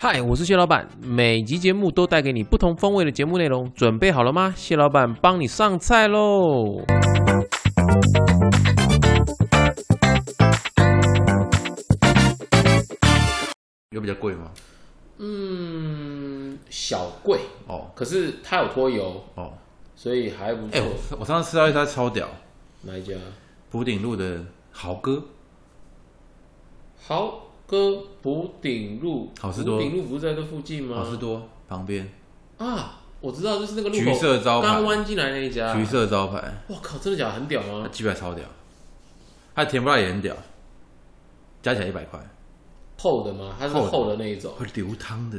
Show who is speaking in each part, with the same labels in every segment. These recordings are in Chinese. Speaker 1: 嗨，我是蟹老板，每集节目都带给你不同风味的节目内容，准备好了吗？蟹老板帮你上菜喽！
Speaker 2: 有比较贵吗？
Speaker 1: 嗯，小贵，
Speaker 2: 哦
Speaker 1: 可是它有拖油，
Speaker 2: 哦，
Speaker 1: 所以还不
Speaker 2: 哎、
Speaker 1: 错。
Speaker 2: 我我上次吃到一家超屌，
Speaker 1: 哪一家？
Speaker 2: 福鼎路的豪哥，
Speaker 1: 豪哥福鼎路，
Speaker 2: 好事多
Speaker 1: 福鼎路不是在这附近吗？
Speaker 2: 好事多旁边，
Speaker 1: 啊，我知道，就是那个路口
Speaker 2: 橘色招牌
Speaker 1: 刚弯进来那一家。
Speaker 2: 橘色招牌，
Speaker 1: 哇靠，真的假的？很屌
Speaker 2: 它
Speaker 1: 吗？
Speaker 2: 鸡排超屌，它的甜不辣也很屌，加起来一百块，
Speaker 1: 厚的吗？它是
Speaker 2: 厚的
Speaker 1: 厚的那一种。
Speaker 2: 会流汤的，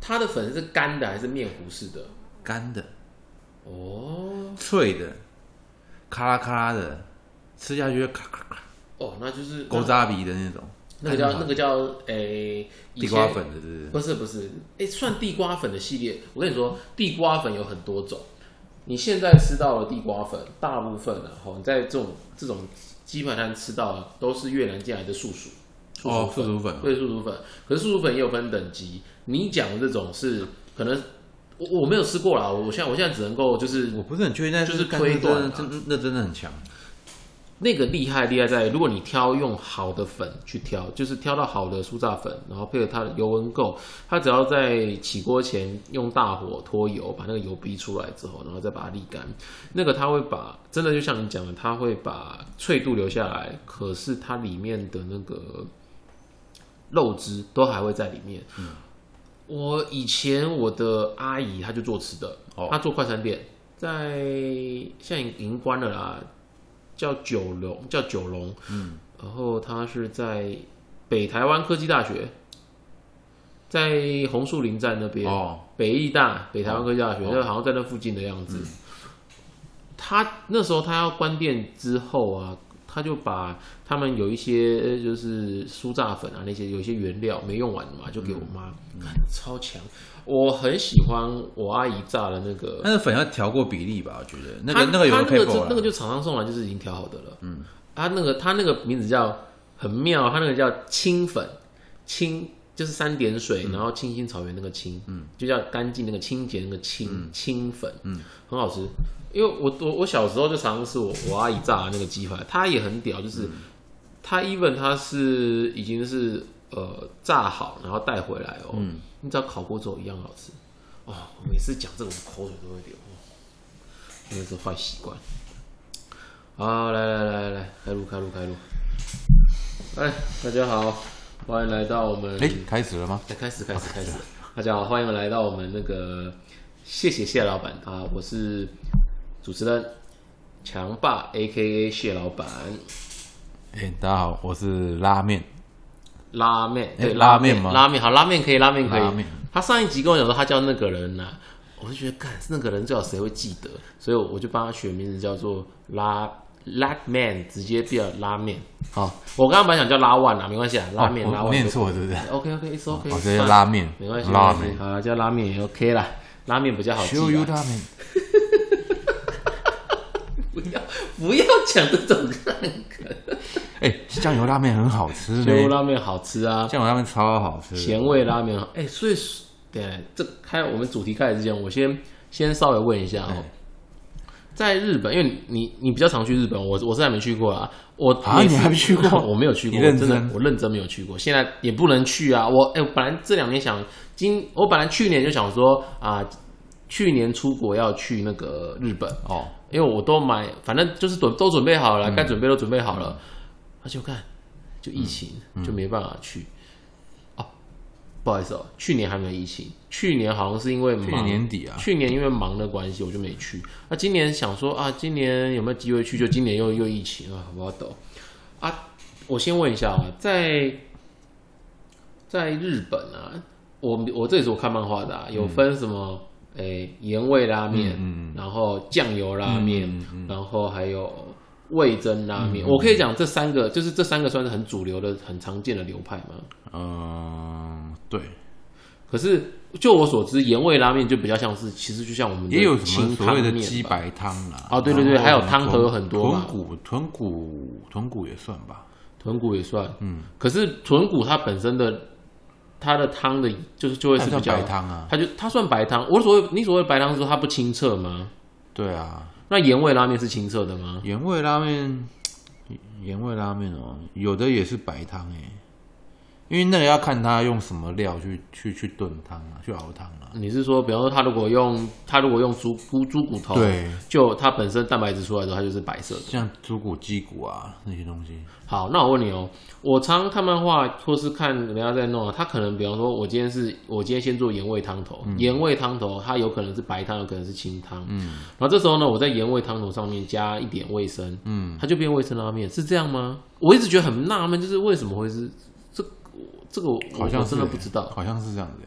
Speaker 1: 它的粉是干的还是面糊式的？
Speaker 2: 干的，
Speaker 1: 哦
Speaker 2: 脆的，咔啦咔啦的，吃下去会咔咔咔，
Speaker 1: 哦，那就是
Speaker 2: 勾扎鼻的那种，
Speaker 1: 那个叫那个叫诶、以
Speaker 2: 地
Speaker 1: 前
Speaker 2: 瓜粉的，对不对？
Speaker 1: 不是不是，哎、算地瓜粉的系列。我跟你说，地瓜粉有很多种。你现在吃到的地瓜粉，大部分啊，吼，你在这种这种鸡排摊吃到的都是越南进来的素薯，素薯
Speaker 2: 哦，
Speaker 1: 粉
Speaker 2: 素，薯粉，
Speaker 1: 对素薯粉。可是素薯粉也有分等级，你讲的这种是可能我我没有吃过啦，我现在我现在只能够就是
Speaker 2: 我不是很确定，但
Speaker 1: 就是
Speaker 2: 干
Speaker 1: 推
Speaker 2: 那
Speaker 1: 断
Speaker 2: 真
Speaker 1: 啊
Speaker 2: 的真那真的很强，
Speaker 1: 那个厉害厉害在，如果你挑用好的粉去挑，就是挑到好的酥炸粉，然后配合它的油温够，它只要在起锅前用大火脱油，把那个油逼出来之后，然后再把它沥干，那个它会把真的就像你讲的，它会把脆度留下来，可是它里面的那个肉汁都还会在里面。我以前我的阿姨她就做吃的，
Speaker 2: 哦
Speaker 1: 她做快餐店，在现在已经关了啦，叫九龙，叫九龙，嗯，然后她是在北台湾科技大学，在红树林站那边，
Speaker 2: 哦，
Speaker 1: 北艺大、北台湾科技大学，
Speaker 2: 哦嗯
Speaker 1: 那、好像在那附近的样子。他那时候他要关店之后啊，他就把他们有一些呃就是酥炸粉啊那些有一些原料没用完的嘛，就给我妈，
Speaker 2: 嗯
Speaker 1: 看超强。我很喜欢我阿姨炸的那个，
Speaker 2: 但是粉要调过比例吧，我觉得那
Speaker 1: 他
Speaker 2: 个那个有
Speaker 1: 他
Speaker 2: 人
Speaker 1: 那
Speaker 2: 配
Speaker 1: 个
Speaker 2: 够
Speaker 1: 就
Speaker 2: 了
Speaker 1: 那个就厂商送来就是已经调好的了。嗯，他那个他那个名字叫很妙，他那个叫清粉，清就是三点水，
Speaker 2: 嗯
Speaker 1: 然后清新草原那个清，嗯，就叫干净那个清洁那个清清粉，嗯，很好吃。因为我我我小时候就常常吃我我阿姨炸的那个鸡排，它也很屌，就是
Speaker 2: 嗯
Speaker 1: 它 even 它是已经是呃炸好，然后带回来
Speaker 2: 嗯
Speaker 1: 哦，你只要烤过之后一样好吃。哦，我每次讲这个我口水都会流。哦那是坏习惯。好，来来来来来，开录开录开录。哎，大家好，欢迎来到我们。
Speaker 2: 哎、开始了吗？
Speaker 1: 哎，开始开始开始。大家好，欢迎来到我们那个谢谢谢老板啊，我是主持人强爸 A K A 谢老板。
Speaker 2: 哎、大家好，我是拉面。
Speaker 1: 拉面，
Speaker 2: 哎
Speaker 1: 对
Speaker 2: 拉面吗
Speaker 1: 拉面好，拉面可以，拉面可以。
Speaker 2: 拉面
Speaker 1: 他上一集跟我讲说他叫那个人呐、啊我就觉得干那个人最好谁会记得，所以我就帮他取名字叫做拉拉面，直接变拉面。好，我刚刚本来想叫拉万啊，没关系啊，拉面、
Speaker 2: 哦
Speaker 1: 拉
Speaker 2: 我我
Speaker 1: 万
Speaker 2: 念错是不是？
Speaker 1: OK OK，it's OK，
Speaker 2: 我直接拉面
Speaker 1: 没关系，没
Speaker 2: 拉
Speaker 1: 关系
Speaker 2: 面
Speaker 1: 好叫拉面也 OK 啦，拉面比较好记啊
Speaker 2: 修油
Speaker 1: 啦。
Speaker 2: 拉面，
Speaker 1: 不要不要讲这种烂梗，
Speaker 2: 哎、酱油拉面很好吃呢
Speaker 1: 修油拉面好吃啊，
Speaker 2: 酱油拉面超好吃。
Speaker 1: 咸味拉面。哎、所以对这开我们主题开始之前，我先先稍微问一下哦、
Speaker 2: 哎
Speaker 1: 在日本，因为你你你比较常去日本，我我是还没去过啊。我
Speaker 2: 啊
Speaker 1: 每次
Speaker 2: 你还没去过
Speaker 1: 我没有去过，
Speaker 2: 你认
Speaker 1: 我真的
Speaker 2: 真
Speaker 1: 我认真没有去过。现在也不能去啊。我哎、我本来这两年想今，我本来去年就想说啊，去年出国要去那个日本，
Speaker 2: 哦，
Speaker 1: 因为我都买，反正就是准都准备好
Speaker 2: 嗯
Speaker 1: 了，该、准备都准备好了，而且我看就疫情、就没办法去。哦，不好意思哦，去年还没有疫情，去年好像是因为
Speaker 2: 去
Speaker 1: 忙
Speaker 2: 年，年底啊，
Speaker 1: 去年因为忙的关系我就没去。那、今年想说啊，今年有没有机会去？就今年又又疫情啊，我要抖啊！我先问一下啊，在在日本啊，我我这也是我看漫画的、啊，有
Speaker 2: 嗯
Speaker 1: 分什么？诶、盐味拉面，然后酱油拉面，
Speaker 2: 嗯
Speaker 1: 然后还有味增拉面。我可以讲这三个，就是这三个算是很主流的、很常见的流派嘛。
Speaker 2: 嗯、对，
Speaker 1: 可是就我所知，盐味拉面就比较像是，其实就像我们的
Speaker 2: 也有什么
Speaker 1: 清
Speaker 2: 所
Speaker 1: 汤
Speaker 2: 谓
Speaker 1: 面
Speaker 2: 的
Speaker 1: 吧
Speaker 2: 鸡白汤啦。
Speaker 1: 哦对对对
Speaker 2: 然后
Speaker 1: 还有汤头有很多嘛
Speaker 2: 豚骨、豚骨、豚骨也算吧。
Speaker 1: 豚骨也算，嗯，可是豚骨它本身的它的汤的，就是就会
Speaker 2: 它
Speaker 1: 是
Speaker 2: 算
Speaker 1: 比较
Speaker 2: 白，汤啊，
Speaker 1: 它就它算白汤。我所谓你所谓白汤是说它不清澈吗？
Speaker 2: 对啊，
Speaker 1: 那盐味拉面是清澈的吗？
Speaker 2: 原味拉面，原味拉面哦，有的也是白汤哎、因为那个要看他用什么料去去去炖汤啊，去熬汤啊。
Speaker 1: 你是说，比方说它如果用它如果用猪猪猪骨头，，
Speaker 2: 对，
Speaker 1: 就它本身蛋白质出来的时候，它就是白色的。
Speaker 2: 像猪骨、鸡骨啊那些东西，
Speaker 1: 好，那我问你哦，我常常看漫画或是看人家在弄啊，他可能比方说，我今天是我今天先做盐味汤头，
Speaker 2: 嗯
Speaker 1: 盐、味汤头它有可能是白汤，有可能是清汤，嗯，然后这时候呢，我在盐味汤头上面加一点味噌，嗯，它就变味噌拉面，是这样吗？我一直觉得很纳闷，就是为什么会是这这个我
Speaker 2: 好像
Speaker 1: 我
Speaker 2: 是
Speaker 1: 真的
Speaker 2: 欸
Speaker 1: 不知道，
Speaker 2: 好像是这样子、欸。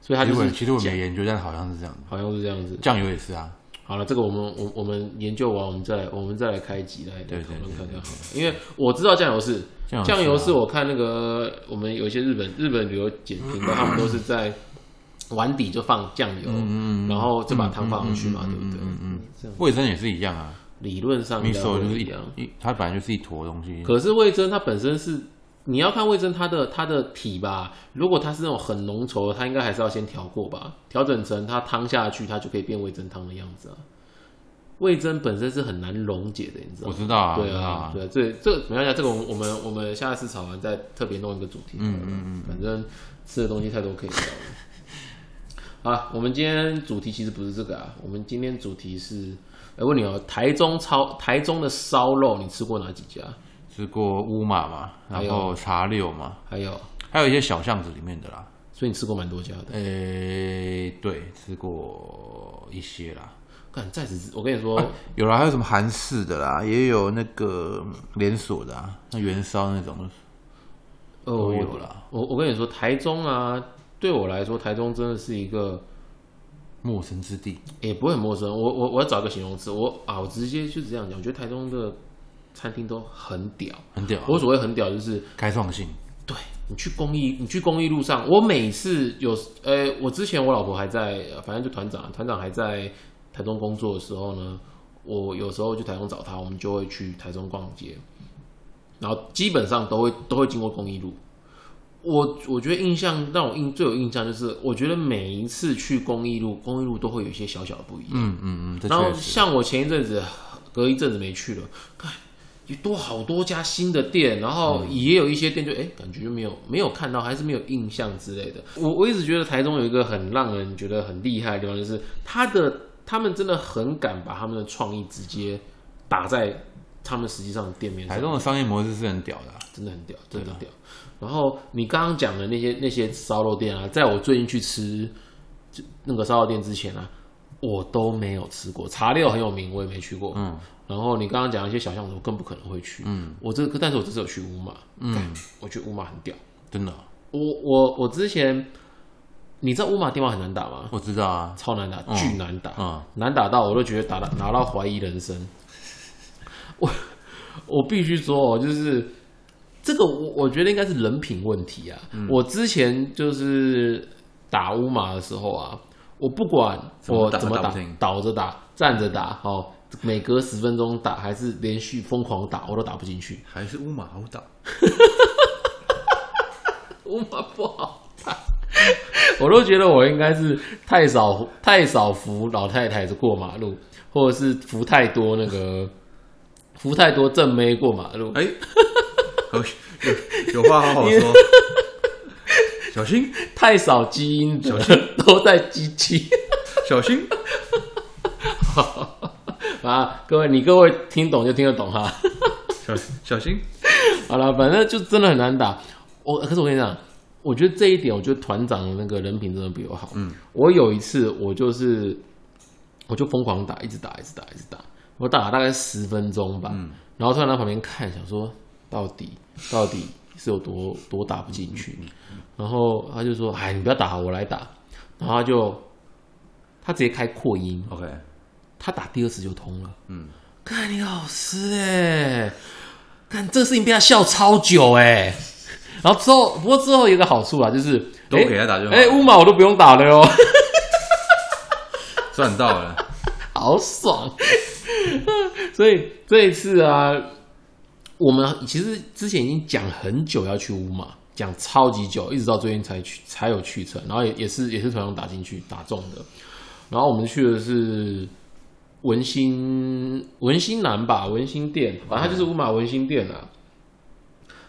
Speaker 1: 所以它就
Speaker 2: 其实我
Speaker 1: 是
Speaker 2: 其实我没研究，但好像是这样子。
Speaker 1: 好像是这样子。
Speaker 2: 酱油也是啊，
Speaker 1: 好了，这个我们我我们研究完，我们再来我们再来开集来
Speaker 2: 对对
Speaker 1: 讨论
Speaker 2: 对
Speaker 1: 看看好了，因为我知道酱油是
Speaker 2: 酱油
Speaker 1: 酱油是
Speaker 2: 啊
Speaker 1: 我看那个我们有一些日本日本旅游简评的，他们都是在碗底就放酱油，然后就把汤放上去嘛，对不对？嗯，这样
Speaker 2: 嗯味噌也是一样啊。
Speaker 1: 理论上
Speaker 2: 米
Speaker 1: 应该
Speaker 2: 手就
Speaker 1: 会
Speaker 2: 是
Speaker 1: 一
Speaker 2: 一
Speaker 1: 样。
Speaker 2: 一，它本来就是一坨东西。
Speaker 1: 啊可是味噌它本身是你要看味噌它的它的体吧，如果它是那种很浓稠的，它应该还是要先调过吧，调整成它汤下去，它就可以变味噌汤的样子啊。味噌本身是很难溶解的，你知道
Speaker 2: 我
Speaker 1: 吗？
Speaker 2: 知道啊，我
Speaker 1: 对
Speaker 2: 知道
Speaker 1: 啊，，对啊，这这没关系啊，这个我们我们下次吵完再特别弄一个主题。嗯嗯嗯，反正吃的东西太多可以聊了。 好啊，我们今天主题其实不是这个啊，我们今天主题是，哎，问你哦，台中超台中的烧肉你吃过哪几家？
Speaker 2: 吃过乌马嘛，
Speaker 1: 哎
Speaker 2: 然后茶六嘛，
Speaker 1: 还有，
Speaker 2: 还有一些小巷子里面的啦。
Speaker 1: 所以你吃过蛮多家的。
Speaker 2: 诶，呃对，吃过一些啦，
Speaker 1: 干，在此之我跟你 说，
Speaker 2: 有啦，还有什么韩式的啦，也有那个连锁的啊，那元烧那种
Speaker 1: 我
Speaker 2: 都有啦。
Speaker 1: 哦我我跟你说，台中啊，对我来说，台中真的是一个
Speaker 2: 陌生之地，
Speaker 1: 也不会很陌生。我我我要找一个形容词，我啊，我直接就这样讲，我觉得台中的餐厅都很屌。
Speaker 2: 很屌啊，
Speaker 1: 我所谓很屌，就是
Speaker 2: 开创性。
Speaker 1: 对你去公益，你去公益路上，我每次有呃，我之前我老婆还在，呃反正就团长，团长还在台中工作的时候呢，我有时候去台中找他，我们就会去台中逛街，然后基本上都会都会经过公益路。我我觉得印象让我印最有印象就是，我觉得每一次去公益路，公益路都会有一些小小的不一样。
Speaker 2: 嗯嗯嗯，这
Speaker 1: 然后
Speaker 2: 确实。
Speaker 1: 像我前一阵子，隔一阵子没去了，看有多好多家新的店，然后
Speaker 2: 嗯
Speaker 1: 也有一些店就哎、诶感觉就没有没有看到，还是没有印象之类的。我我一直觉得台中有一个很让人觉得很厉害的地方，就是他的他们真的很敢把他们的创意直接打在他们实际上的店面上
Speaker 2: 台，中的商业模式是很屌的啊、
Speaker 1: 真的很屌，真的很屌。然后你刚刚讲的那些那些烧肉店啊，在我最近去吃就那个烧肉店之前啊，我都没有吃过。茶六很有名，我也没去过。嗯，然后你刚刚讲的一些小巷子，我更不可能会去。嗯，我这个但是我这次有去乌马，嗯，我觉得乌马很屌。
Speaker 2: 真的哦、
Speaker 1: 我我我之前，你知道乌马电话很难打吗？
Speaker 2: 我知道啊，
Speaker 1: 超难打，巨难打，
Speaker 2: 嗯
Speaker 1: 难打到我都觉得打到打到怀疑人生。我我必须说哦，就是这个我我觉得应该是人品问题啊。
Speaker 2: 嗯
Speaker 1: 我之前就是打乌马的时候啊，我不管
Speaker 2: 怎么
Speaker 1: 我
Speaker 2: 打
Speaker 1: 怎么
Speaker 2: 打
Speaker 1: 打
Speaker 2: 不停，
Speaker 1: 倒着打、站着打，哦，每隔十分钟打还是连续疯狂打，我都打不进去。
Speaker 2: 还是乌马好打。
Speaker 1: 乌马 不好打， 我都觉得我应该是太少太少扶老太太过马路，或者是扶太多那个扶太多正妹过马路。
Speaker 2: 哎、好有有话好好说，小心
Speaker 1: 太少基因者 都在机器。
Speaker 2: 小心。
Speaker 1: 啊，各位，你各位听懂就听得懂哈。
Speaker 2: 小小心，
Speaker 1: 好了，反正就真的很难打。我可是我跟你讲，我觉得这一点，我觉得团长的那个人品真的比我好。嗯，我有一次我就是我就疯狂打，一直打，一直打，一直打，我打了大概十分钟吧。嗯，然后突然在旁边看，想说到底到底是有多多打不进去。然后他就说：“哎，你不要打，我来打。”然后他就他直接开扩音，
Speaker 2: OK，
Speaker 1: 他打第二次就通了。嗯，看你老师哎、看这个事情被他笑超久哎、然后之后，不过之后有一个好处啦，就是
Speaker 2: 都给他打就好了
Speaker 1: 哎，乌、马我都不用打了哦哟，
Speaker 2: 赚到了。
Speaker 1: 好爽。所以这一次啊，我们其实之前已经讲很久要去乌马，讲超级久，一直到最近才去才有去成，然后也也是也是团长打进去打中的。然后我们去的是文心文心南吧，文心店，反正它就是五马文心店啦、啊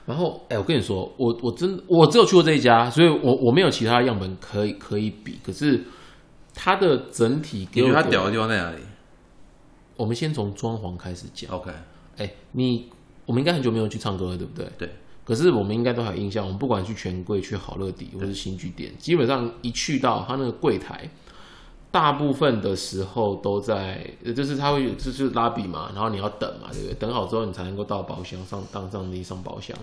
Speaker 1: 然后，哎、我跟你说，我我真我只有去过这一家，所以我我没有其他样本可以可以比。可是它的整体
Speaker 2: 你
Speaker 1: 给我
Speaker 2: 觉得它
Speaker 1: 的
Speaker 2: 屌的地方在哪里
Speaker 1: 我们先从装潢开始讲。
Speaker 2: ？OK，
Speaker 1: 哎、你我们应该很久没有去唱歌了，对不对？
Speaker 2: 对。
Speaker 1: 可是我们应该都还有印象，我们不管去权贵、去好乐迪或是新据点，基本上一去到他那个柜台，大部分的时候都在，呃就是他会有就是拉比嘛，然后你要等嘛，对不对？等好之后你才能够到包厢上当上那上包厢。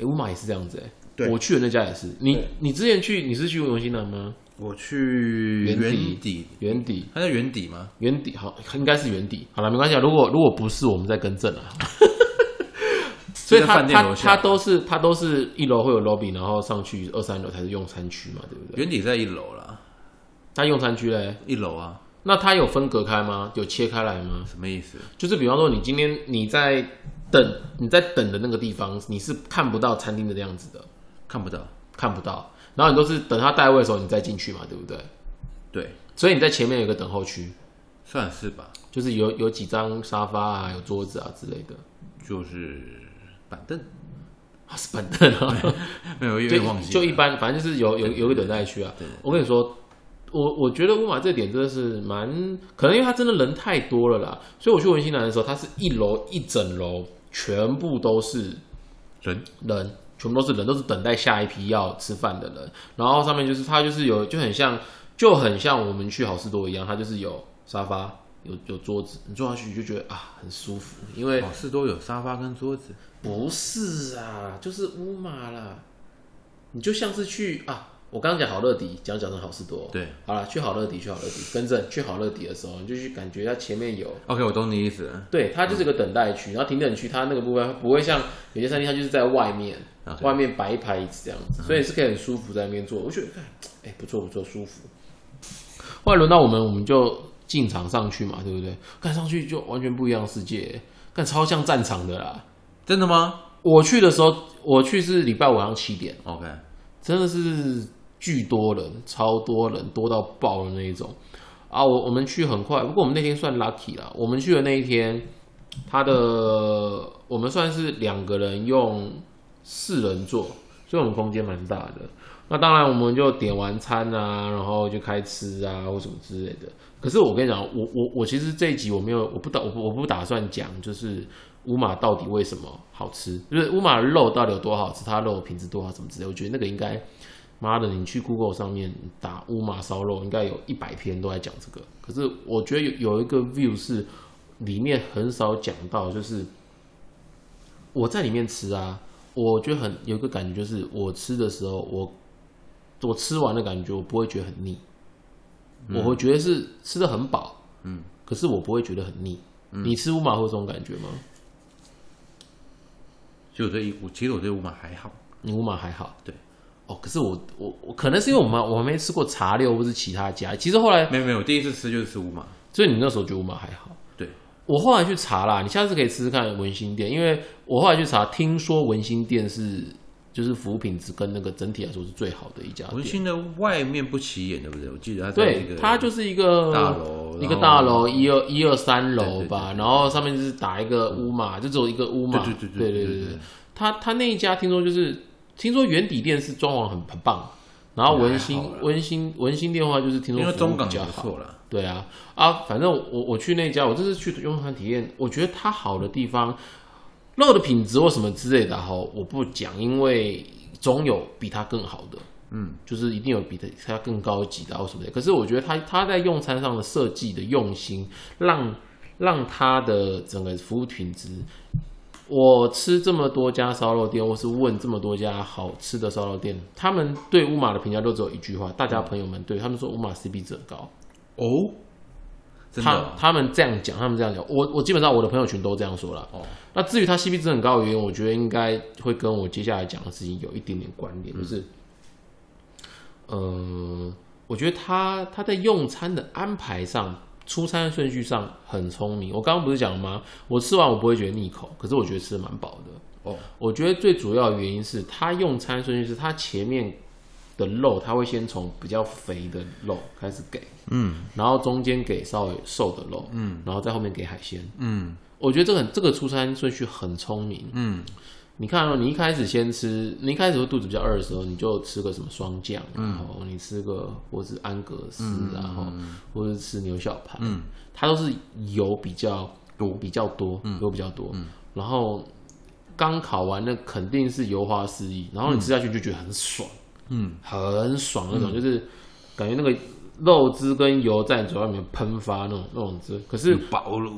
Speaker 1: 哎、乌马也是这样子哎、
Speaker 2: 对
Speaker 1: 我去的那家也是。你你之前去你是去文心南吗？
Speaker 2: 我去
Speaker 1: 原底
Speaker 2: 原底，
Speaker 1: 原底
Speaker 2: 它在原底吗？
Speaker 1: 原底好，应该是原底。好了，没关系啊。如果如果不是，我们再更 正啊。所以
Speaker 2: 就在
Speaker 1: 它
Speaker 2: 饭店
Speaker 1: 它
Speaker 2: 楼
Speaker 1: 它
Speaker 2: 下，
Speaker 1: 都是它都是一楼会有 lobby，然后上去二三楼才是用餐区嘛，对不对？
Speaker 2: 原底在一楼啦，
Speaker 1: 那用餐区嘞，
Speaker 2: 一楼啊，
Speaker 1: 那它有分隔开吗？有切开来吗？
Speaker 2: 什么意思？
Speaker 1: 就是比方说，你今天你在等你在等的那个地方，你是看不到餐厅的样子的，
Speaker 2: 看不到，
Speaker 1: 看不到。然后你都是等他带位的时候，你再进去嘛，对不对？
Speaker 2: 对，
Speaker 1: 所以你在前面有一个等候区，
Speaker 2: 算是吧，
Speaker 1: 就是有有几张沙发啊，有桌子啊之类的。
Speaker 2: 就是板凳，
Speaker 1: 啊，是板凳啊。
Speaker 2: 没有，有
Speaker 1: 就
Speaker 2: 点忘记，
Speaker 1: 就一，般，反正就是有有有个等待区啊。我跟你说，我我觉得乌马这点真的是蛮，可能因为它真的人太多了啦，所以我去文心南的时候，它是一楼一整楼全部都是
Speaker 2: 人
Speaker 1: 人，全部都是人，都是等待下一批要吃饭的人。然后上面就是它就是有就很像就很像我们去好事多一样，它就是有沙发。有有桌子，你坐下去你就觉得啊很舒服，因为
Speaker 2: 好事多哦有沙发跟桌子，
Speaker 1: 不是啊，就是乌马啦。你就像是去啊，我刚刚讲好乐迪，讲讲成好事多。
Speaker 2: 对，
Speaker 1: 好了，去好乐迪，去好乐迪，跟着去好乐迪的时候，你就去感觉它前面有，
Speaker 2: ，OK，我懂你意思了，
Speaker 1: 对，它就是个等待区，然后停等区它那个部分它不会像有些餐厅，它就是在外面
Speaker 2: OK
Speaker 1: 外面摆一排椅子这样子，所以是可以很舒服在那边坐。我觉得，哎、哎不错不错，舒服。后来轮到我们，我们就进场上去嘛，对不对？看上去就完全不一样的世界，看超像战场的啦。
Speaker 2: 真的吗
Speaker 1: 我去的时候，我去是礼拜五晚上七点，
Speaker 2: ？OK，
Speaker 1: 真的是巨多人，超多人，多到爆的那一种啊！我我们去很快，不过我们那天算 lucky 啦，我们去的那一天，他的我们算是两个人用四人座，所以我们空间蛮大的。那当然，我们就点完餐啊，然后就开吃啊，或什么之类的。可是我跟你讲，我我我其实这一集我没有，我不打我不我不打算讲，就是乌马到底为什么好吃，就是乌马的肉到底有多好吃，它肉品质多好，什么之类的。我觉得那个应该，妈的，你去 Google 上面打乌马烧肉，应该有一百篇都在讲这个。可是我觉得有有一个 view 是里面很少讲到，就是我在里面吃啊，我觉得很有一个感觉，就是我吃的时候，我我吃完的感觉，我不会觉得很腻，我会觉得是吃的很饱，嗯，可是我不会觉得很腻。你吃乌马会有这种感觉吗？
Speaker 2: 就我对一，我其实我对五马还好，
Speaker 1: 你乌马还好，
Speaker 2: 对。
Speaker 1: 哦，可是我我我可能是因为我们我没吃过茶六或是其他家，其实后来，
Speaker 2: 没有没有，我第一次吃就是吃五马，
Speaker 1: 所以你那时候觉得乌马还好。
Speaker 2: 对，
Speaker 1: 我后来去查啦，你下次可以吃吃看文心店，因为我后来去查，听说文心店是就是服务品质跟那个整体来说是最好的一家
Speaker 2: 文
Speaker 1: 店。
Speaker 2: 心的外面不起眼，对不对？我记得它在一
Speaker 1: 啊对
Speaker 2: 个，
Speaker 1: 它就是一个
Speaker 2: 大楼
Speaker 1: 一个
Speaker 2: 然后
Speaker 1: 大楼，一二一二三楼
Speaker 2: 对对
Speaker 1: 吧，然后上面就是打一个屋嘛，就只有一个屋嘛。
Speaker 2: 对对
Speaker 1: 对
Speaker 2: 对对
Speaker 1: 对
Speaker 2: 对
Speaker 1: 对。他他那一家听说就是听说原底店是装潢很很棒，然后文
Speaker 2: 还
Speaker 1: 心
Speaker 2: 好啦
Speaker 1: 文心文心店的话就是听
Speaker 2: 因
Speaker 1: 说
Speaker 2: 为
Speaker 1: 服务
Speaker 2: 中港
Speaker 1: 比较
Speaker 2: 也不
Speaker 1: 好。
Speaker 2: 错啦，
Speaker 1: 对啊啊，反正我我去那家，我这次去用餐体验，我觉得它好的地方，肉的品质或什么之类的哈，我不讲，因为总有比它更好的。
Speaker 2: 嗯，
Speaker 1: 就是一定有比它更高级的啊或什么的。可是我觉得它它在用餐上的设计的用心，让让它的整个服务品质，我吃这么多家烧肉店，或是问这么多家好吃的烧肉店，他们对乌马的评价都只有一句话，大家朋友们对他们说乌马 CP 值很高。
Speaker 2: 哦，真的
Speaker 1: 他
Speaker 2: 哦
Speaker 1: 他们这样讲，他们这样讲，我我基本上我的朋友圈都这样说了。
Speaker 2: 哦
Speaker 1: 那至于他 CP 值很高的原因，我觉得应该会跟我接下来讲的事情有一点点关联，
Speaker 2: 嗯
Speaker 1: 就是，呃，我觉得他他在用餐的安排上、出餐的顺序上很聪明。我刚刚不是讲了吗？我吃完我不会觉得腻口，可是我觉得吃的蛮饱的。
Speaker 2: 哦，
Speaker 1: 我觉得最主要的原因是它用餐顺序是它前面的肉，它会先从比较肥的肉开始给，
Speaker 2: 嗯
Speaker 1: 然后中间给稍微瘦的肉，嗯，然后在后面给海鲜。
Speaker 2: 嗯
Speaker 1: 我觉得这个很这个出餐顺序很聪明。
Speaker 2: 嗯
Speaker 1: 你看哦，你一开始先吃，你一开始会肚子比较饿的时候，你就吃个什么双酱，
Speaker 2: 嗯
Speaker 1: 然后你吃个或是安格斯，啊然后或是吃牛小排，
Speaker 2: 嗯
Speaker 1: 它都是油比较多，比较多，
Speaker 2: 嗯
Speaker 1: 油比较多。然后刚烤完那肯定是油花四溢，然后你吃下去就觉得很爽，
Speaker 2: 嗯，
Speaker 1: 很爽那种，就是感觉那个肉汁跟油在你嘴巴里面喷发那种那种汁。可是
Speaker 2: 薄乳，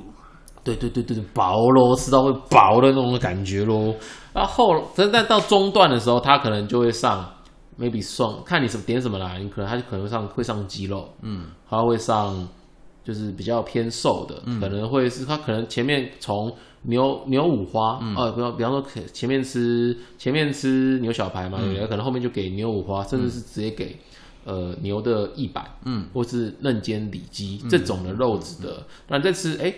Speaker 1: 对对对对对，薄咯，吃到会薄的那种感觉咯。那后，但但到中段的时候，他可能就会上，maybe 上看你什么点什么啦，你可能他就可能会上会上鸡肉，嗯，他会上就是比较偏瘦的，可能会是他可能前面从牛牛五花，呃，比方比方说可前面吃前面吃牛小排嘛，有的可能后面就给牛五花，甚至是直接给。呃，牛的翼板，嗯，或是嫩煎里脊、这种的肉质的，那你再吃，哎、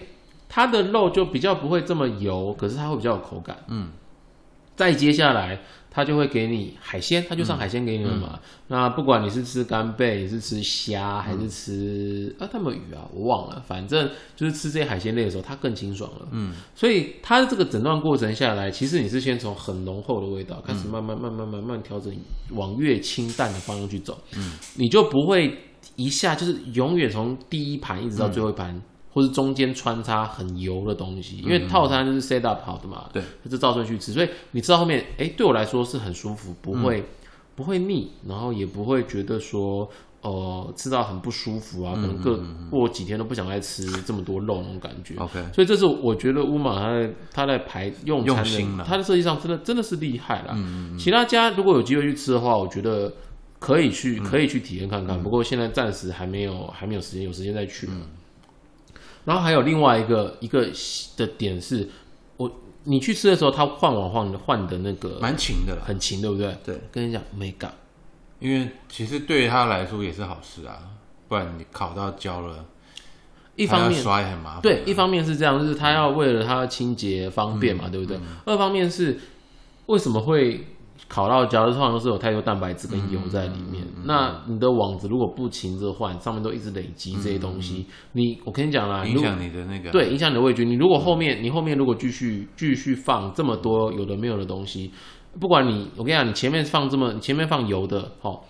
Speaker 1: 它的肉就比较不会这么油，可是它会比较有口感。
Speaker 2: 嗯，
Speaker 1: 再接下来它就会给你海鲜，它就上海鲜给你了嘛。那不管你是吃干贝，你是吃虾，还是吃、啊，他们有鱼啊，我忘了，反正就是吃这些海鲜类的时候，它更清爽了。嗯，所以它的这个整段过程下来，其实你是先从很浓厚的味道开始，慢慢慢慢慢慢调整，往越清淡的方向去走。嗯，你就不会一下就是永远从第一盘一直到最后一盘。或是中间穿插很油的东西，因为套餐就是 set up 好的嘛，
Speaker 2: 对，
Speaker 1: 就照顺序吃，所以你吃到后面，哎、对我来说是很舒服，不会、不会腻，然后也不会觉得说，呃，吃到很不舒服啊，可能过过几天都不想再吃这么多肉那种感觉。
Speaker 2: OK
Speaker 1: 所以这是我觉得乌马他在他在排用餐
Speaker 2: 用心啊嗯了
Speaker 1: 的，他的设计上真的真的是厉害啦。其他家如果有机会去吃的话，我觉得可以去
Speaker 2: 嗯
Speaker 1: 可以去体验看看，不过现在暂时还没有还没有时间，有时间再去。
Speaker 2: 嗯
Speaker 1: 然后还有另外一个一个的点是，我你去吃的时候，他换碗换换的那个
Speaker 2: 蛮勤的啦。
Speaker 1: 很勤，对不对？
Speaker 2: 对，
Speaker 1: 跟你讲美感。
Speaker 2: 因为其实对他来说也是好事啊，不然你烤到焦了，
Speaker 1: 一方
Speaker 2: 还
Speaker 1: 面
Speaker 2: 要刷也很麻烦。啊
Speaker 1: 对，一方面是这样，就是他要为了他清洁方便
Speaker 2: 嗯
Speaker 1: 嘛，对不对？二方面是为什么会烤到焦，通常都是有太多蛋白质跟油在里面。
Speaker 2: 嗯
Speaker 1: 那你的网子如果不勤着换，上面都一直累积这些东西，你我跟你讲啦，如
Speaker 2: 嗯影
Speaker 1: 果
Speaker 2: 响你的那个，
Speaker 1: 对，影响你的味觉。你如果后面、你后面如果继续继续放这么多有的没有的东西，不管你我跟你讲，你前面放这么你前面放油的，好、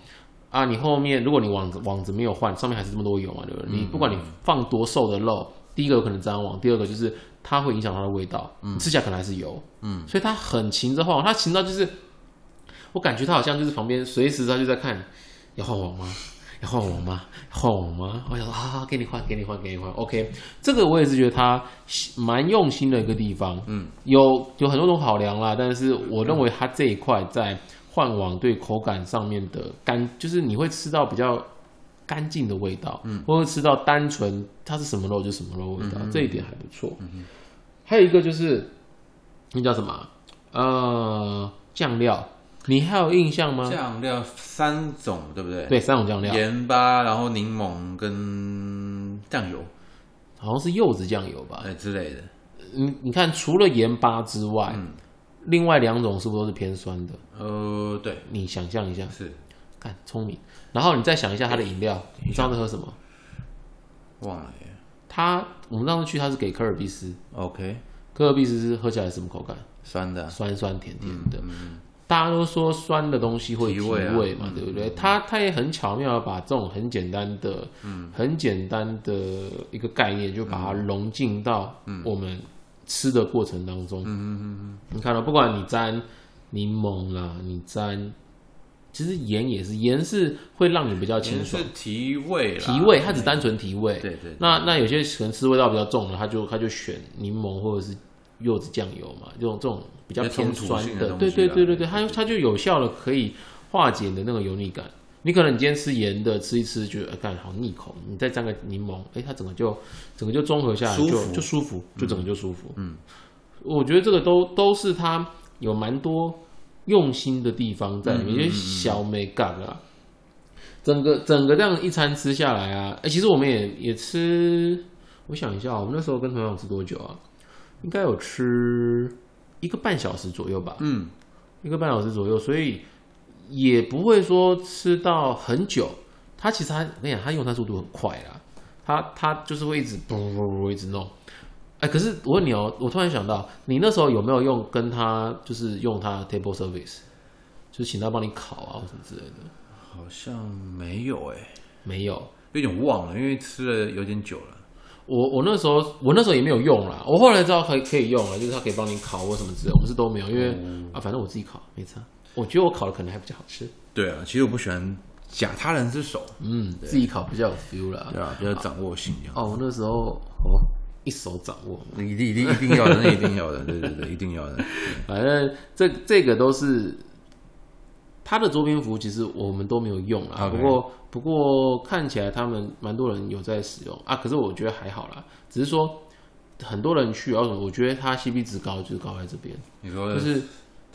Speaker 1: 啊，你后面如果你网子网子没有换，上面还是这么多油嘛，对不对？你不管你放多瘦的肉，第一个有可能沾网，第二个就是它会影响它的味道，嗯，吃起来可能还是油，嗯，所以它很勤着晃，它勤到就是我感觉它好像就是旁边随时它就在看要换网吗？要换网吗？换网吗？我想说啊，给你换，给你换，给你换。OK，这个我也是觉得他蛮用心的一个地方。嗯，有有很多种考量啦，但是我认为他这一块在换网对口感上面的干，就是你会吃到比较干净的味道，嗯，或者吃到单纯它是什么肉就什么肉味道，这一点还不错。嗯、还有一个就是那叫什么啊？呃，酱料，你还有印象吗？
Speaker 2: 酱料三种，对不对？
Speaker 1: 对，三种酱料，
Speaker 2: 盐巴，然后柠檬跟酱油，
Speaker 1: 好像是柚子酱油吧？
Speaker 2: 呃之类的。
Speaker 1: 你你看，除了盐巴之外，另外两种是不是都是偏酸的？
Speaker 2: 呃，对，
Speaker 1: 你想象一下，
Speaker 2: 是
Speaker 1: 看聪明。然后你再想一下它的饮料，你上次喝什么？
Speaker 2: 忘了耶。
Speaker 1: 它我们上次去它是给科尔必斯，
Speaker 2: OK，
Speaker 1: 科尔必斯是喝起来什么口感？
Speaker 2: 酸的啊，
Speaker 1: 酸酸甜甜的。大家都说酸的东西会
Speaker 2: 嗯提
Speaker 1: 提
Speaker 2: 味啊
Speaker 1: 味嘛，对不对？它它也很巧妙的把这种很简单的、
Speaker 2: 嗯
Speaker 1: 很简单的一个概念，就把它融进到
Speaker 2: 嗯
Speaker 1: 我们吃的过程当中。你看到、哦不管你沾柠檬啦，你沾，其实盐也是，盐是会让你比较清
Speaker 2: 盐
Speaker 1: 爽，
Speaker 2: 是提味啦，
Speaker 1: 提味，它只单纯提味。
Speaker 2: 对对，
Speaker 1: 那那有些可能吃味道比较重的，他就他就选柠檬或者是柚子酱油嘛，这种这种比较偏酸
Speaker 2: 比较冲突性的东
Speaker 1: 对
Speaker 2: 西啊
Speaker 1: 对对对
Speaker 2: 对
Speaker 1: 对，它就它就有效的可以化解你的那个油腻感。你可能你今天吃盐的，吃一吃觉得呃干好腻口，你再沾个柠檬，哎，它整个就整个就综合下来
Speaker 2: 舒
Speaker 1: 就
Speaker 2: 服
Speaker 1: 就舒服，就整个就舒服。嗯，我觉得这个都都是它有蛮多用心的地方在里面，有些小美感啊。整个整个这样一餐吃下来啊，哎、其实我们也也吃，我想一下，我们那时候跟团长吃多久啊？应该有吃一个半小时左右吧，
Speaker 2: 嗯，
Speaker 1: 一个半小时左右，所以也不会说吃到很久。它其实它，我跟你讲，它用餐速度很快啦，它它就是会一直啵啵啵啵一直弄。哎，可是我问你哦，我突然想到，你那时候有没有用跟他就是用他 table service，就是请他帮你烤啊或什么之类的？
Speaker 2: 好像没有哎、
Speaker 1: 没有，
Speaker 2: 有点忘了，因为吃了有点久了。
Speaker 1: 我我那时候我那时候也没有用啦，我后来知道可以可以用了，就是他可以帮你烤或什么之类，我们是都没有，因为、
Speaker 2: 哦
Speaker 1: 啊反正我自己烤没差，我觉得我烤的可能还比较好吃，
Speaker 2: 对啊，其实我不喜欢假他人之手，
Speaker 1: 嗯，自己烤比较有 feel 啦。
Speaker 2: 对啊，比较掌握性这样。
Speaker 1: 哦，我那时候哦一手掌握，
Speaker 2: 一定一定一定要的，那一定要的，对对对，一定要的。
Speaker 1: 反正这这个都是他的桌边服务，其实我们都没有用啦。
Speaker 2: OK
Speaker 1: 不过不过看起来他们蛮多人有在使用啊，可是我觉得还好啦，只是说很多人去，然后我觉得它 CP 值高就是高在这边，
Speaker 2: 你说
Speaker 1: 就是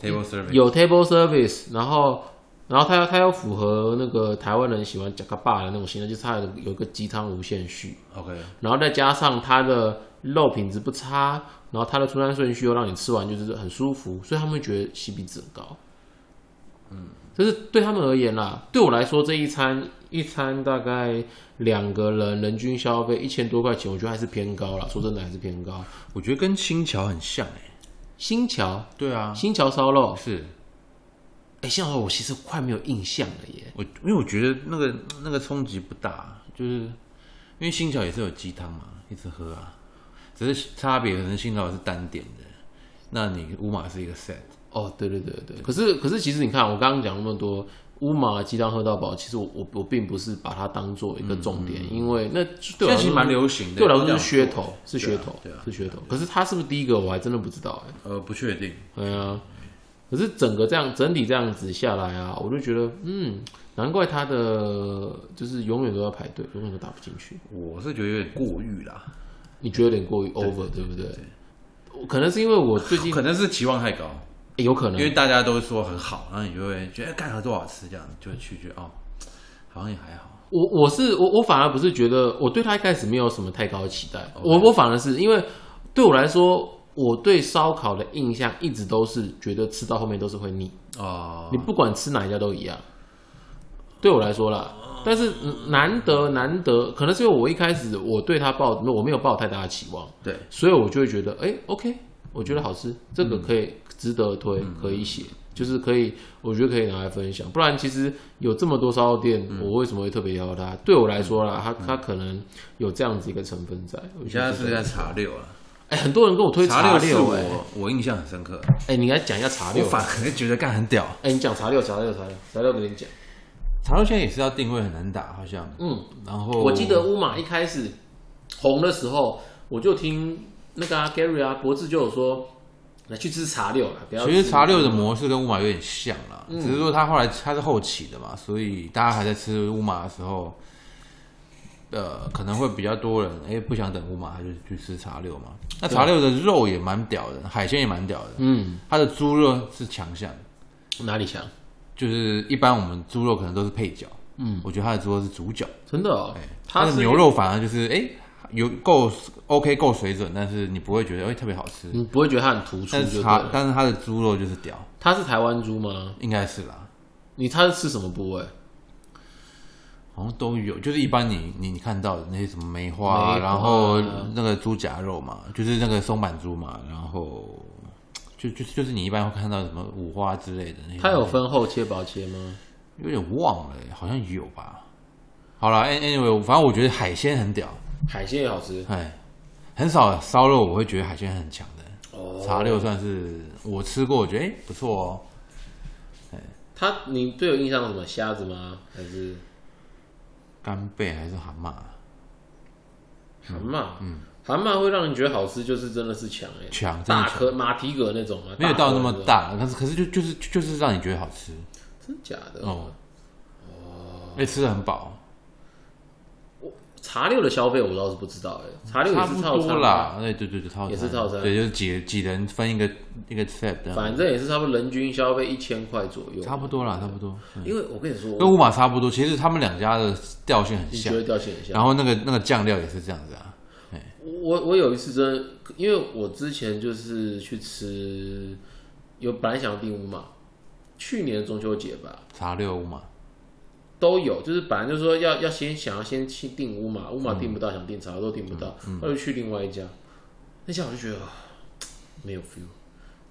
Speaker 2: table service
Speaker 1: 有 table service，然后然后它要它要符合那个台湾人喜欢 j a k a b a 的那种形象，就是它有有一个鸡汤无限续，
Speaker 2: OK，
Speaker 1: 然后再加上它的肉品质不差，然后它的出餐顺序又让你吃完就是很舒服，所以他们会觉得 CP 值很高。嗯，就是对他们而言啦，对我来说这一餐一餐大概两个人人均消费一千多块钱，我觉得还是偏高啦。说真的还是偏高。
Speaker 2: 我觉得跟新桥很像哎、
Speaker 1: 新桥
Speaker 2: 对啊，
Speaker 1: 新桥烧肉，
Speaker 2: 是
Speaker 1: 哎，新桥烧肉我其实快没有印象了耶。
Speaker 2: 我，因为我觉得那个那个冲击不大，就是因为新桥也是有鸡汤嘛，一直喝啊，只是差别可能新桥是单点的，那你乌马是一个 set。
Speaker 1: 哦，对对对对，可是可是其实你看，我刚刚讲那么多乌马鸡汤喝到饱，其实我我我并不是把它当做一个重点，因为那对我
Speaker 2: 嗯现在
Speaker 1: 来
Speaker 2: 其
Speaker 1: 说
Speaker 2: 实蛮流行的，
Speaker 1: 对我来说
Speaker 2: 这
Speaker 1: 是
Speaker 2: 样
Speaker 1: 噱头，是噱头
Speaker 2: 对啊，
Speaker 1: 是噱头。可是他是不是第一个，我还真的不知道哎。
Speaker 2: 做。呃，不确定，
Speaker 1: 对啊，可是整个这样整体这样子下来啊，我就觉得，嗯，难怪他的就是永远都要排队，永远都打不进去。
Speaker 2: 我是觉得有点过誉啦，
Speaker 1: 你觉得有点过于 over，对不对？我可能是因为我最近
Speaker 2: 可能是期望太高，
Speaker 1: 欸有可
Speaker 2: 因
Speaker 1: 能
Speaker 2: 为大家都说很好，然后你就会觉得哎干了多少吃这样，就会去觉得哦，好像也还好。
Speaker 1: 我我是我我反而不是觉得我对他一开始没有什么太高的期待，我我反而是因为对我来说，我对烧烤的印象一直都是觉得吃到后面都是会腻，
Speaker 2: 哦，
Speaker 1: 你不管吃哪一家都一样。对我来说啦，但是嗯难得难得，可能是因为我一开始我对他抱我没有抱太大的期望，
Speaker 2: 对，
Speaker 1: 所以我就会觉得，哎、o k 我觉得好吃，这
Speaker 2: 嗯
Speaker 1: 个可以值得推，可以写，就是可以，我觉得可以拿来分享。不然其实有这么多烧肉店，
Speaker 2: 嗯
Speaker 1: 我为什么会特别挑它？对我来说啦，它它可能有这样子一个成分在。我
Speaker 2: 你
Speaker 1: 觉
Speaker 2: 嗯现
Speaker 1: 得
Speaker 2: 在
Speaker 1: 是
Speaker 2: 是在茶六了，
Speaker 1: 哎、很多人跟我推
Speaker 2: 茶
Speaker 1: 六
Speaker 2: 是
Speaker 1: 哎、
Speaker 2: 我我印象很深刻，
Speaker 1: 哎、你来讲一下茶
Speaker 2: 我
Speaker 1: 六。
Speaker 2: 反而觉得干很屌。
Speaker 1: 哎、你讲茶六，茶六，茶六，茶六给你讲。
Speaker 2: 茶六现在也是要定位很难打，好像，
Speaker 1: 嗯，
Speaker 2: 然后
Speaker 1: 我记得乌马一开始红的时候，我就听那个、啊、Gary 啊，国志就有说，来去吃茶六啦，不要吃。
Speaker 2: 其实茶六的模式跟乌马有点像啦，
Speaker 1: 嗯
Speaker 2: 只是说他后来他是后期的嘛，所以大家还在吃乌马的时候，呃，可能会比较多人哎、不想等乌马，他就去吃茶六嘛。那茶六的肉也蛮屌的，海鲜也蛮屌的，
Speaker 1: 嗯，
Speaker 2: 它的猪肉是强项，
Speaker 1: 哪里强？
Speaker 2: 就是一般我们猪肉可能都是配角，嗯，我觉得它的猪肉是主角，
Speaker 1: 真的、哦，它
Speaker 2: 它哎的
Speaker 1: 是
Speaker 2: 牛肉反而就是哎、有够 OK 够水准，但是你不会觉得哎、特别好吃，
Speaker 1: 你不会觉得它很突出
Speaker 2: 但
Speaker 1: 嗯就对
Speaker 2: 是它
Speaker 1: 了。
Speaker 2: 但是它的猪肉就是屌，
Speaker 1: 它是台湾猪吗？
Speaker 2: 应该是啦。
Speaker 1: 你它是吃什么部位？
Speaker 2: 嗯好像都有，就是一般你你你看到的那些什么梅花啊，
Speaker 1: 梅花
Speaker 2: 然后那个猪夹肉嘛，就是那个松板猪嘛，然后就就就是你一般会看到什么五花之类的那些，
Speaker 1: 它有分厚切、薄切吗？
Speaker 2: 有点忘了，好像有吧。好啦 a n y w a y 反正我觉得海鲜很屌，
Speaker 1: 海鲜也好吃
Speaker 2: 哎，很少烧肉我会觉得海鲜很强的，
Speaker 1: 哦。
Speaker 2: 茶六算是我吃过，我觉得哎、不错哦。
Speaker 1: 它你最有印象的什么虾子吗？还是
Speaker 2: 干贝还是蛤蟆，
Speaker 1: 蛤蟆？嗯，蛤蟆会让人觉得好吃，就是真的是强哎、
Speaker 2: 强真的
Speaker 1: 大
Speaker 2: 强
Speaker 1: 颗马蹄蛤那种吗？
Speaker 2: 没有到那么
Speaker 1: 大颗种，
Speaker 2: 大，但是可是就就是就是让你觉得好吃
Speaker 1: 真假的？
Speaker 2: 哦，哦，哎，吃的很饱。
Speaker 1: 茶六的消费我倒是不知道哎、茶六也
Speaker 2: 差
Speaker 1: 是
Speaker 2: 不
Speaker 1: 套餐
Speaker 2: 多
Speaker 1: 吗，
Speaker 2: 啦，哎对对对对，套餐
Speaker 1: 也是套餐
Speaker 2: 对，就是几几人分一个一个 set，这样
Speaker 1: 反正也是差不多人均消费一千块左右。
Speaker 2: 差不多啦，差不多，嗯
Speaker 1: 因为我跟你说，
Speaker 2: 跟乌马差不多。其实他们两家的调性很
Speaker 1: 你
Speaker 2: 像
Speaker 1: 觉，得掉线一下。
Speaker 2: 然后那个那个酱料也是这样子啊，
Speaker 1: 我我我有一次真的，因为我之前就是去吃，有本来想要订乌马，去年的中秋节吧
Speaker 2: 茶六五嘛，
Speaker 1: 都有，就是本来就说要要先想要先去订乌马，乌马订不到，想订茶都订不到，那、就去另外一家，那家我就觉得啊没有 feel，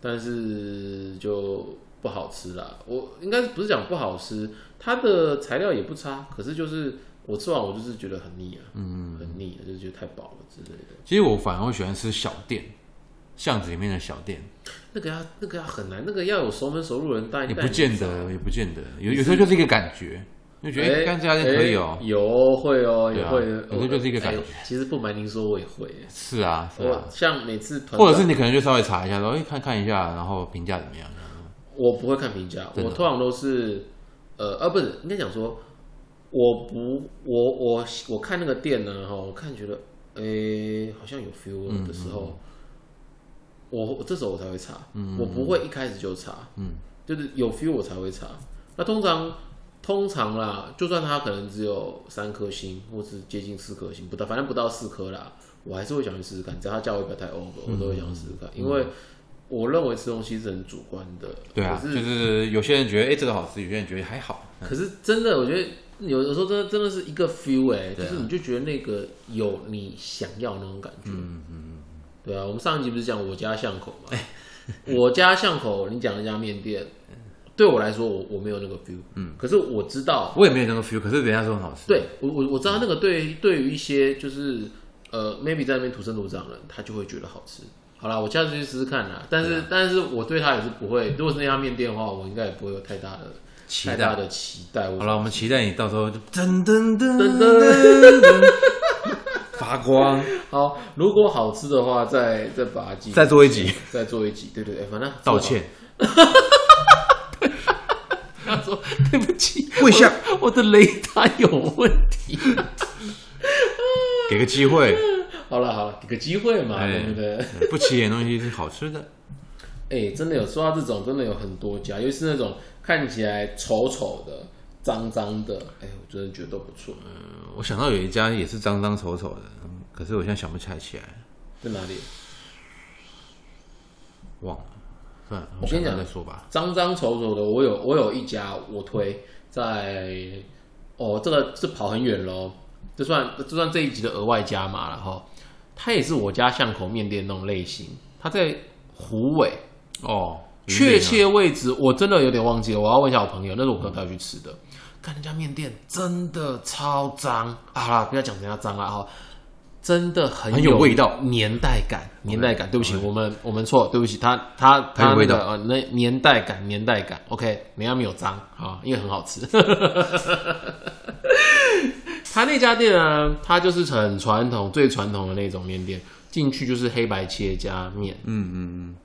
Speaker 1: 但是就不好吃啦。我应该不是讲不好吃，它的材料也不差，可是就是我吃完我就是觉得很腻啊，嗯，很腻，就是觉得太饱了之类的。
Speaker 2: 其实我反而会喜欢吃小店，巷子里面的小店，
Speaker 1: 那个要那个要很难，那个要有熟门熟路人带，
Speaker 2: 也
Speaker 1: 带
Speaker 2: 不
Speaker 1: 你
Speaker 2: 见
Speaker 1: 走
Speaker 2: 得，也不见得，有有时候就是一个感觉，就觉得哎，干这家店可以哦
Speaker 1: 哎。有会哦，
Speaker 2: 对
Speaker 1: 也
Speaker 2: 啊
Speaker 1: 会
Speaker 2: 有
Speaker 1: 的
Speaker 2: 时，候
Speaker 1: 我
Speaker 2: 就是一个感觉
Speaker 1: 哎其实不瞒您说，我也会。
Speaker 2: 是啊，是
Speaker 1: 哎我
Speaker 2: 啊，
Speaker 1: 像每次团
Speaker 2: 或者是你可能就稍微查一下，然后哎看看一下，然后评价怎么样？
Speaker 1: 我不会看评价，
Speaker 2: 真的
Speaker 1: 我通常都是呃啊，不是应该讲说，我不我我我看那个店呢，哈，我看觉得诶、好像有 feel 了的时
Speaker 2: 嗯
Speaker 1: 候，我我这时候我才会查，我不会一开始就查，嗯，就是有 feel 我才会查。那通常通常啦，就算它可能只有三颗星，或是接近四颗星，不到，反正不到四颗啦，我还是会想去试试看，只要它价位不要太 over，我都会想
Speaker 2: 嗯
Speaker 1: 试试看，因为我认为吃东西是很主观的，
Speaker 2: 对啊，
Speaker 1: 可
Speaker 2: 就是是有些人觉得哎这个好吃，有些人觉得还好。
Speaker 1: 可是真的，我觉得有有时候真的真的是一个 feel 哎、就
Speaker 2: 对啊
Speaker 1: 是你就觉得那个有你想要那种感觉，嗯嗯，哎对啊，我们上一集不是讲我家巷口嘛， 我家巷口你讲那家面店，对我来说我我没有那个 feel，嗯，可是我知道
Speaker 2: 我也没有那个 feel，可是人家说很好吃。
Speaker 1: 对我我我知道那个对对于一些就是呃 maybe 在那边土生土长的人，他就会觉得好吃。好啦，我下次去试试看啦。但是、但是我对他啊也是不会，如果是那家面店的话，我应该也不会有太大的
Speaker 2: 期
Speaker 1: 太
Speaker 2: 待
Speaker 1: 大的期待。我
Speaker 2: 好了，我们期待你到时候就噔噔噔
Speaker 1: 噔
Speaker 2: 噔
Speaker 1: 噔，
Speaker 2: 发光，
Speaker 1: 好，如果好吃的话，再再把它记
Speaker 2: 再做一集
Speaker 1: 再做一集。对对对，哎反正
Speaker 2: 道，歉，
Speaker 1: 他说对不起，
Speaker 2: 跪下，
Speaker 1: 我的雷达有问题。
Speaker 2: 给个机会。
Speaker 1: 好了好了，给个机会嘛，
Speaker 2: 哎
Speaker 1: 对不对？
Speaker 2: 不起眼的东西是好吃的，
Speaker 1: 哎、真的有说到这种，真的有很多家，尤其是那种看起来丑丑的、脏脏的，哎、我真的觉得都不错。
Speaker 2: 我想到有一家也是脏脏丑丑的，嗯可是我现在想不起来起来，
Speaker 1: 在哪里？
Speaker 2: 忘了，算了，
Speaker 1: 我
Speaker 2: 我
Speaker 1: 跟
Speaker 2: 想
Speaker 1: 你
Speaker 2: 到
Speaker 1: 讲
Speaker 2: 再说吧。
Speaker 1: 脏脏丑丑的，我有我有一家我推在，哦，这个是跑很远喽，就算就算这一集的额外加码了哈。它也是我家巷口面店那种类型，它在虎尾，
Speaker 2: 哦，
Speaker 1: 确
Speaker 2: 有一点
Speaker 1: 切位置我真的有点忘记了，我要问一下我朋友，那是我朋友带我去吃的。看人家面店真的超脏，好啦，不要讲人家脏啦哈，真的很
Speaker 2: 很有味道
Speaker 1: 年代感，年代感。对不起，我们我们错，对不起，他他他
Speaker 2: 很有味道
Speaker 1: 那个呃那年代感，年代感。OK，人家没有脏啊，因为很好 吃。他那家店啊，它就是很传统、最传统的那种面店，进去就是黑白切加面。嗯嗯嗯，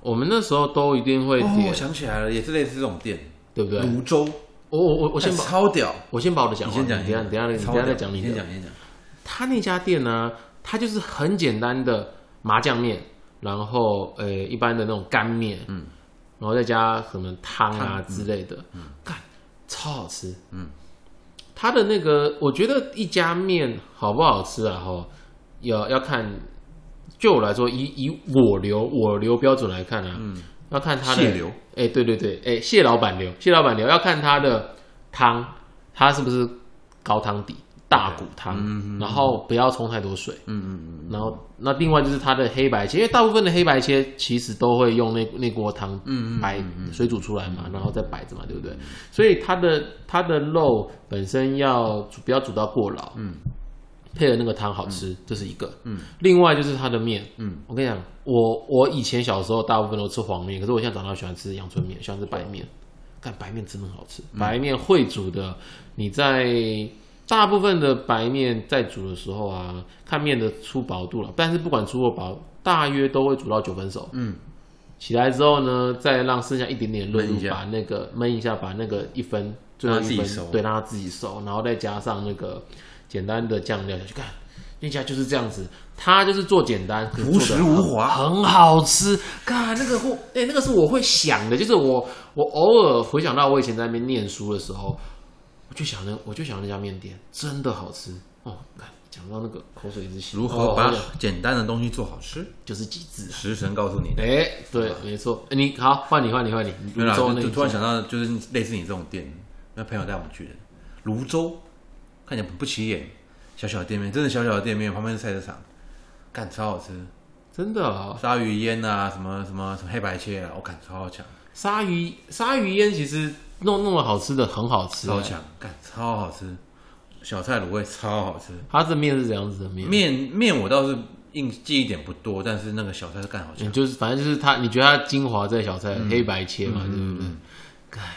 Speaker 1: 我们那时候都一定会
Speaker 2: 像
Speaker 1: 点，
Speaker 2: 哦，嗯我想起来了，也是类似这种店，
Speaker 1: 对不对？
Speaker 2: 泸州，
Speaker 1: 我我我我先
Speaker 2: 哎
Speaker 1: 把
Speaker 2: 超屌。
Speaker 1: 我先把我的讲
Speaker 2: 你
Speaker 1: 完，
Speaker 2: 先讲，
Speaker 1: 等一下等一下
Speaker 2: 你
Speaker 1: 你
Speaker 2: 先
Speaker 1: 等一下再讲你
Speaker 2: 你先
Speaker 1: 的。
Speaker 2: 讲，你先讲。
Speaker 1: 他那家店呢，它就是很简单的麻酱面，然后呃一般的那种干面，嗯，然后再加什么汤啊之类的，干超好吃，嗯，它的那个我觉得一家面好不好吃啊，吼，要要看，就我来说，以以我流我流标准来看啊，嗯，要看它的
Speaker 2: 蟹流，
Speaker 1: 哎、对对对，哎、蟹老板流，蟹老板流要看它的汤，它是不是高汤底大骨汤，然后不要冲太多水，
Speaker 2: 嗯嗯
Speaker 1: 然后那另外就是它的黑白切，因为大部分的黑白切其实都会用那那锅汤白水煮出来
Speaker 2: 嗯
Speaker 1: 嘛，然后再摆着嘛，对不对？所以它的它的肉本身要煮不要煮到过老，嗯，配的那个汤好吃，这是一个，嗯，另外就是它的面，嗯，我跟你讲，我我以前小时候大部分都吃黄面，可是我现在长大喜欢吃阳春面，喜欢吃白面，但白面真的很好吃，
Speaker 2: 嗯
Speaker 1: 白面会煮的，你在大部分的白面在煮的时候啊，看面的粗薄度了，但是不管粗或薄，大约都会煮到九分熟。
Speaker 2: 嗯，
Speaker 1: 起来之后呢，再让剩下一点点热度
Speaker 2: 焖一下
Speaker 1: 把那个焖一下，把那个一分最后
Speaker 2: 让它
Speaker 1: 一
Speaker 2: 自己
Speaker 1: 分
Speaker 2: 熟
Speaker 1: 对，让它自己熟，然后再加上那个简单的酱料下去看。那家就是这样子，它就是做简单，可是
Speaker 2: 朴实
Speaker 1: 做得很
Speaker 2: 无华
Speaker 1: 很好吃。看那个会，哎、那个是我会想的，就是我我偶尔回想到我以前在那边念书的时候，我就想那我就想那家面店真的好吃哦，看讲到那个口水之心，
Speaker 2: 如何
Speaker 1: 哦
Speaker 2: 把
Speaker 1: 我想
Speaker 2: 简单的东西做好吃？
Speaker 1: 就是机智啊。
Speaker 2: 食神告诉你的。
Speaker 1: 哎，对，没错。哎你好，换你，换你，换你。
Speaker 2: 没有啦，
Speaker 1: 泸州
Speaker 2: 就
Speaker 1: 那
Speaker 2: 就
Speaker 1: 一
Speaker 2: 突然
Speaker 1: 家
Speaker 2: 想到，就是类似你这种店，那朋友带我们去的泸州，看起来很不起眼，小小的店面，真的小小的店面，旁边是菜市场，干超好吃，
Speaker 1: 真的啊，
Speaker 2: 鲨鱼烟啊，什么什么什么黑白切啊，我感超好强，
Speaker 1: 鲨鱼鲨鱼烟其实弄弄了好吃的，很好吃。
Speaker 2: 超强，干超好吃，小菜卤味超好吃，
Speaker 1: 它这面是怎样子的面？
Speaker 2: 面面我倒是印记忆点不多，但是那个小菜是干好
Speaker 1: 你
Speaker 2: 强，
Speaker 1: 就是反正就是它，你觉得它精华在小菜、
Speaker 2: 嗯
Speaker 1: 黑白切嘛，对不对？唉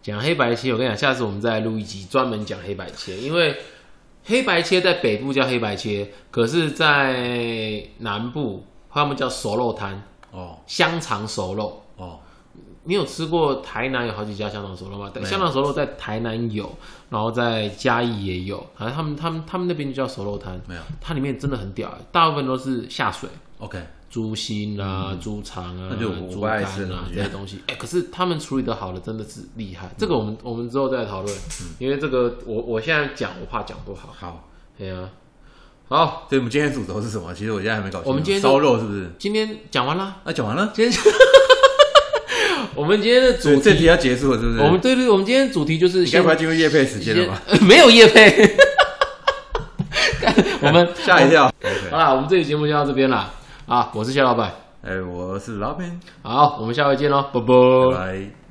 Speaker 1: 讲黑白切，我跟你讲，下次我们再来录一集专门讲黑白切，因为黑白切在北部叫黑白切，可是在南部他们叫熟肉摊，
Speaker 2: 哦
Speaker 1: 香肠熟肉。
Speaker 2: 哦，
Speaker 1: 你有吃过台南有好几家香肠熟肉吗？但
Speaker 2: 没有
Speaker 1: 香肠熟肉在台南有，然后在嘉义也有，反正他们他们他们那边就叫熟肉摊，
Speaker 2: 没有
Speaker 1: 它里面真的很屌、欸大部分都是下水。
Speaker 2: ，OK，
Speaker 1: 猪心啊、猪肠啊、
Speaker 2: 嗯那就我
Speaker 1: 猪
Speaker 2: 不爱
Speaker 1: 肝
Speaker 2: 吃的
Speaker 1: 啊
Speaker 2: 东西
Speaker 1: 这些 东西，哎、可是他们处理的好的真的是厉害。这个我
Speaker 2: 嗯
Speaker 1: 们我们之后再讨论，因为这个我我现在讲我怕讲不好。
Speaker 2: 好，
Speaker 1: 对
Speaker 2: 嗯
Speaker 1: 啊，好，
Speaker 2: 所以我们今天的主轴是什么？其实我现在还没搞清楚，
Speaker 1: 我们今天就
Speaker 2: 烧肉是不是？
Speaker 1: 今天讲完 啦，
Speaker 2: 啊，讲完了。
Speaker 1: 今天 我们今天的
Speaker 2: 所
Speaker 1: 主
Speaker 2: 以这
Speaker 1: 题，
Speaker 2: 题要结束了，是不是？
Speaker 1: 我们对对，我们今天的主题就是
Speaker 2: 你该
Speaker 1: 先
Speaker 2: 不要进入夜配时间
Speaker 1: 先
Speaker 2: 了吧？
Speaker 1: 没有叶 配，我们
Speaker 2: 吓一跳。
Speaker 1: 好
Speaker 2: OK，
Speaker 1: 啦，我们这期节目就到这边啦。啊，我是夏老板，
Speaker 2: 哎，我是老板，
Speaker 1: 好，我们下回见喽，拜
Speaker 2: 拜
Speaker 1: 拜
Speaker 2: 拜。